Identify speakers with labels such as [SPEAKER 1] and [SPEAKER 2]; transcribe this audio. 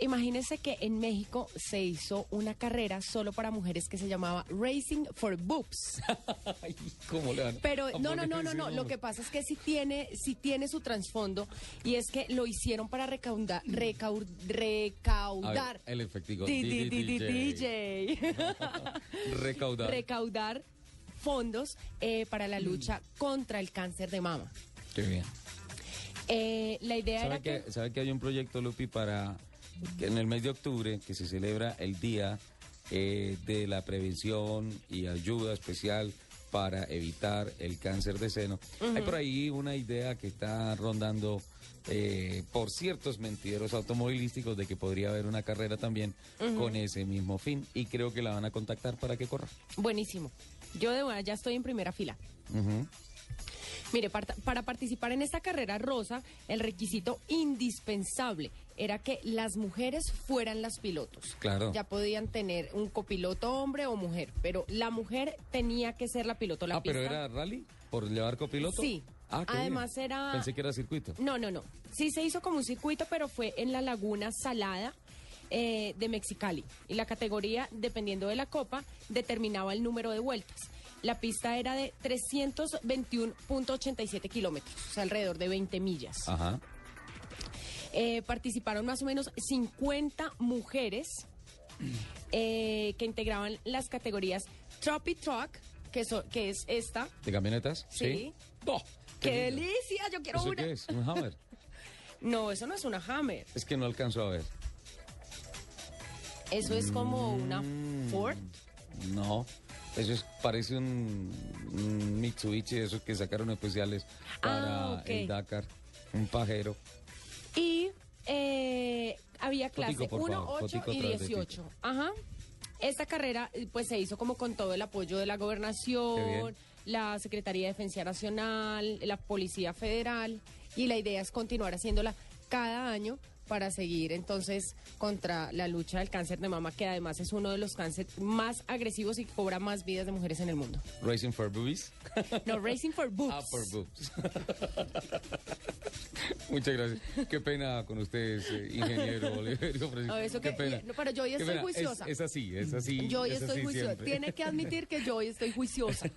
[SPEAKER 1] Imagínense que en México se hizo una carrera solo para mujeres que se llamaba Racing for Boobs.
[SPEAKER 2] Ay, ¿Cómo le van?
[SPEAKER 1] Pero
[SPEAKER 2] a
[SPEAKER 1] no, no,
[SPEAKER 2] poner
[SPEAKER 1] no, no, no.
[SPEAKER 2] encima?
[SPEAKER 1] Lo que pasa es que sí tiene, sí tiene su trasfondo y es que lo hicieron para recaudar, recaudar,
[SPEAKER 2] A
[SPEAKER 1] recaudar.
[SPEAKER 2] ver, el efectivo.
[SPEAKER 1] Di- di-
[SPEAKER 2] Di-
[SPEAKER 1] di- di-
[SPEAKER 2] di-
[SPEAKER 1] DJ.
[SPEAKER 2] Recaudar.
[SPEAKER 1] recaudar fondos eh, para la lucha contra el cáncer de mama.
[SPEAKER 2] Qué bien.
[SPEAKER 1] Eh, la idea
[SPEAKER 2] ¿Sabe
[SPEAKER 1] era que,
[SPEAKER 2] que, sabe que hay un proyecto, Lupi, para que en el mes de octubre, que se celebra el Día eh, de la Prevención y Ayuda Especial para evitar el cáncer de seno? Hay por ahí una idea que está rondando eh, por ciertos mentideros automovilísticos de que podría haber una carrera también con ese mismo fin y creo que la van a contactar para que corra.
[SPEAKER 1] buenísimo. Yo de verdad ya estoy en primera fila.
[SPEAKER 2] Ujú.
[SPEAKER 1] Mire, parta- para participar en esta carrera rosa, el requisito indispensable era que las mujeres fueran las pilotos.
[SPEAKER 2] Pues, Claro.
[SPEAKER 1] Ya podían tener un copiloto hombre o mujer, pero la mujer tenía que ser la piloto. La
[SPEAKER 2] ah, pero
[SPEAKER 1] pista-
[SPEAKER 2] era rally por llevar copiloto.
[SPEAKER 1] Sí.
[SPEAKER 2] Ah, qué
[SPEAKER 1] Además
[SPEAKER 2] bien.
[SPEAKER 1] era-
[SPEAKER 2] Pensé que era circuito.
[SPEAKER 1] No, no, no. Sí se hizo como un circuito, pero fue en la Laguna Salada eh, de Mexicali. Y la categoría, dependiendo de la copa, determinaba el número de vueltas. La pista era de 321.87 kilómetros, o sea, alrededor de 20 millas.
[SPEAKER 2] Ajá.
[SPEAKER 1] Eh, participaron más o menos 50 mujeres eh, que integraban las categorías Troppy Truck, que, so- que es esta.
[SPEAKER 2] ¿De camionetas?
[SPEAKER 1] Sí.
[SPEAKER 2] ¡Oh!
[SPEAKER 1] ¡Qué
[SPEAKER 2] lindo!
[SPEAKER 1] delicia! Yo quiero
[SPEAKER 2] ¿Eso
[SPEAKER 1] una.
[SPEAKER 2] qué es? ¿Un Hammer?
[SPEAKER 1] No, eso no es una Hammer.
[SPEAKER 2] es que no alcanzo a ver.
[SPEAKER 1] Eso es como una
[SPEAKER 2] Mm.
[SPEAKER 1] Ford.
[SPEAKER 2] No. Eso es, parece un, un Mitsubishi, de esos que sacaron especiales para
[SPEAKER 1] Ah, ok.
[SPEAKER 2] el Dakar. Un pajero.
[SPEAKER 1] Y eh, había clase
[SPEAKER 2] Fotico, por
[SPEAKER 1] 1,
[SPEAKER 2] favor,
[SPEAKER 1] 8
[SPEAKER 2] fotico
[SPEAKER 1] y
[SPEAKER 2] atrás de ti.
[SPEAKER 1] 18. Ajá. Esta carrera eh, pues se hizo como con todo el apoyo de la
[SPEAKER 2] Qué
[SPEAKER 1] gobernación,
[SPEAKER 2] bien.
[SPEAKER 1] la Secretaría de Defensa Nacional, la Policía Federal y la idea es continuar haciéndola cada año para seguir entonces contra la lucha del cáncer de mama que además es uno de los cánceres más agresivos y que cobra más vidas de mujeres en el mundo.
[SPEAKER 2] Racing for Boobies.
[SPEAKER 1] No, Racing for Boobs.
[SPEAKER 2] Ah, for Boobs. Muchas gracias. Qué pena con ustedes, eh, ingeniero Oliverio Francisco.
[SPEAKER 1] No, eso
[SPEAKER 2] Qué
[SPEAKER 1] que-
[SPEAKER 2] pena.
[SPEAKER 1] no, pero yo hoy
[SPEAKER 2] Qué
[SPEAKER 1] estoy
[SPEAKER 2] pena. Es-
[SPEAKER 1] juiciosa.
[SPEAKER 2] Es, así, es así.
[SPEAKER 1] Yo hoy
[SPEAKER 2] es
[SPEAKER 1] estoy
[SPEAKER 2] así
[SPEAKER 1] juiciosa.
[SPEAKER 2] siempre.
[SPEAKER 1] Tiene que admitir que yo hoy estoy juiciosa.